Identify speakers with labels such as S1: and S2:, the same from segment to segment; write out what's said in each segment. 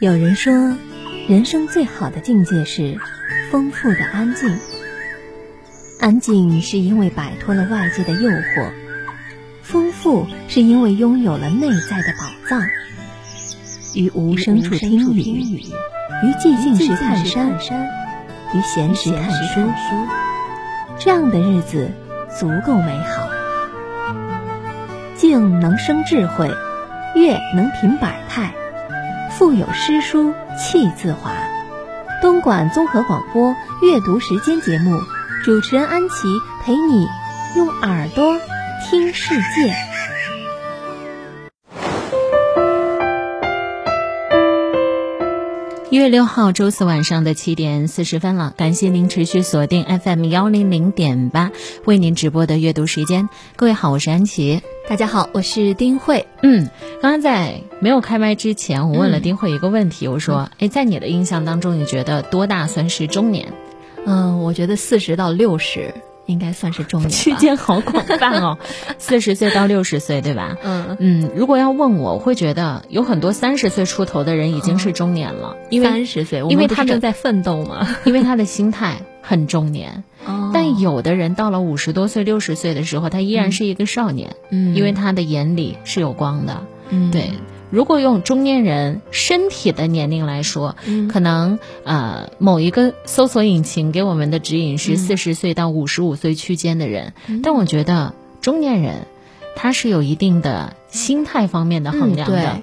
S1: 有人说，人生最好的境界是丰富的安静。安静是因为摆脱了外界的诱惑，丰富是因为拥有了内在的宝藏。于无声处听雨，于寂静时看山，于闲时看书，这样的日子足够美好。静能生智慧，乐能平百态。腹有诗书气自华。东莞综合广播阅读时间节目，主持人安琪陪你用耳朵听世界。
S2: 一月六号周四晚上的七点四十分了，感谢您持续锁定 FM 幺零零点八为您直播的阅读时间。各位好，我是安琪。
S1: 大家好，我是丁慧。
S2: 嗯，刚刚在没有开麦之前，我问了丁慧一个问题，我
S1: 嗯
S2: 说：“哎，在你的印象当中，你觉得多大算是中年？
S1: 嗯，我觉得四十到六十应该算是中年吧。
S2: 区间好广泛 哦，四十岁到六十岁，对吧？
S1: 嗯，
S2: 嗯，如果要问我，我会觉得有很多三十岁出头的人已经
S1: 哦
S2: 是中年了，因为
S1: 三十岁，我
S2: 因为
S1: 们不是
S2: 他的
S1: 正在奋斗嘛。
S2: 因为他的心态很中年。
S1: 哦
S2: 但有的人到了五十多岁、六十岁的时候，他依然是一个少年，
S1: 嗯
S2: 因为他的眼里是有光的。
S1: 嗯
S2: 对，如果用中年人身体的年龄来说，
S1: 嗯
S2: 可能呃某一个搜索引擎给我们的指引
S1: 嗯
S2: 是四十岁到五十五岁区间的人，但我觉得中年人他是有一定的心态方面的衡
S1: 嗯
S2: 量的
S1: 对。。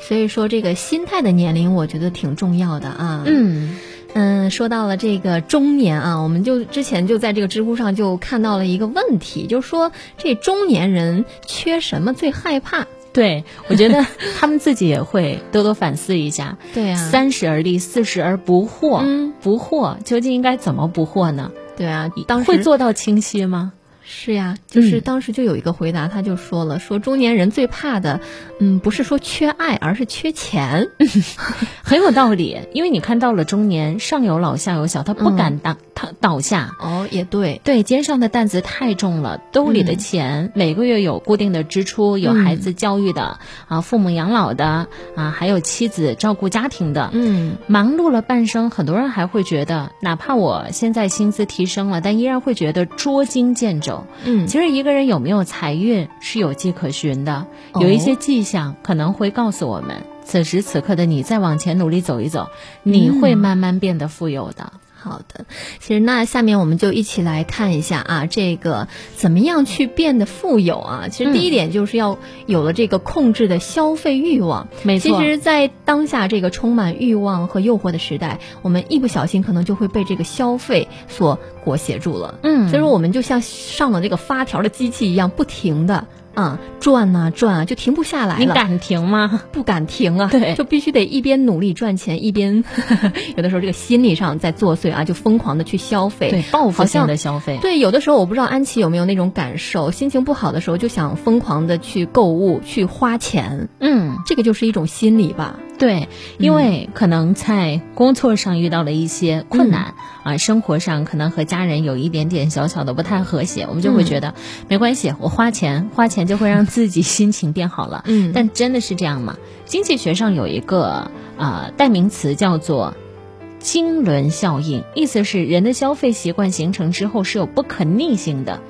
S1: 所以说，这个心态的年龄，我觉得挺重要的啊。
S2: 嗯
S1: 嗯，说到了这个中年啊，我们就之前就在这个知乎上就看到了一个问题，就是说这中年人缺什么最害怕？
S2: 对，我觉得他们自己也会多多反思一下。
S1: 对啊，
S2: 三十而立，四十而不惑。
S1: 嗯
S2: 不惑究竟应该怎么不惑呢？
S1: 对啊，当时
S2: 会做到清晰吗？
S1: 是呀，就是
S2: 嗯
S1: 当时就有一个回答，他就说了，说中年人最怕的，嗯，不是说缺爱，而是缺钱。
S2: 嗯很有道理，因为你看到了中年，上有老下有小，他不
S1: 嗯
S2: 敢倒他倒下。
S1: 哦，也对，
S2: 对，肩上的担子太重了，兜里的
S1: 嗯
S2: 钱、每个月有固定的支出，有孩子教育的、啊，父母养老的啊，还有妻子照顾家庭的。
S1: 嗯，
S2: 忙碌了半生，很多人还会觉得，哪怕我现在薪资提升了，但依然会觉得捉襟见肘。
S1: 嗯
S2: 其实一个人有没有财运是有迹可循的，
S1: 哦
S2: 有一些迹象可能会告诉我们，此时此刻的你再往前努力走一走，
S1: 嗯
S2: 你会慢慢变得富有的。
S1: 好的，其实那下面我们就一起来看一下啊，这个怎么样去变得富有啊？其实第一点就是要有了这个控制的消费欲望。
S2: 没
S1: 其
S2: 错，
S1: 实，在当下这个充满欲望和诱惑的时代，我们一不小心可能就会被这个消费所裹挟住了。
S2: 嗯，
S1: 所以说，我们就像上了这个发条的机器一样，不停的啊、转呐、转啊，就停不下来
S2: 你
S1: 了。
S2: 敢停吗？
S1: 不敢停啊，
S2: 对
S1: 就必须得一边努力赚钱，一边 有的时候这个心理上在作祟啊，就疯狂的去消费。
S2: 对，报复
S1: 好
S2: 性
S1: 像
S2: 的消费，
S1: 对，有的时候我不知道安琪有没有那种感受，心情不好的时候就想疯狂的去购物、去花钱，
S2: 嗯，
S1: 这个就是一种心理吧。
S2: 对，因为可能在工作上遇到了一些困难、
S1: 嗯
S2: 啊，生活上可能和家人有一点点小小的不太和谐，我们就会
S1: 嗯
S2: 觉得、没关系，我花钱，花钱就会让自己心情变好了。
S1: 嗯但
S2: 但真的是这样吗？经济学上有一个呃代名词叫做。经轮效应，意思是人的消费习惯形成之后是有不可逆性的，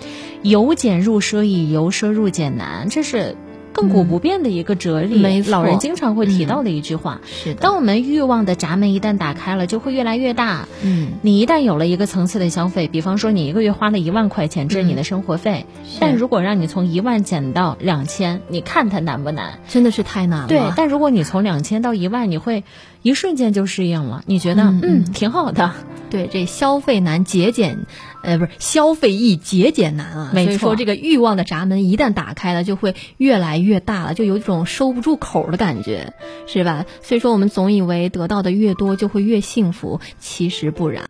S2: 由俭入奢易，由奢入俭难，这是亘古不变的一个哲理。
S1: 嗯没错嗯
S2: 老人经常会提到的一句话。
S1: 是的，
S2: 当我们欲望的闸门一旦打开了，就会越来越大。
S1: 嗯，
S2: 你一旦有了一个层次的消费，比方说你一个月花了一万块钱，这
S1: 嗯
S2: 是你的生活费，但如果让你从一万减到两千，你看它难不难？
S1: 真的是太难了。
S2: 对，但如果你从两千到一万，你会一瞬间就适应了，你觉得嗯
S1: 嗯
S2: 挺好的，
S1: 对，这消费难节俭，呃，不是消费易节俭难啊。
S2: 没
S1: 所以
S2: 错
S1: 说这个欲望的闸门一旦打开了，就会越来越大了，就有一种收不住口的感觉，是吧？所以说我们总以为得到的越多就会越幸福，其实不然。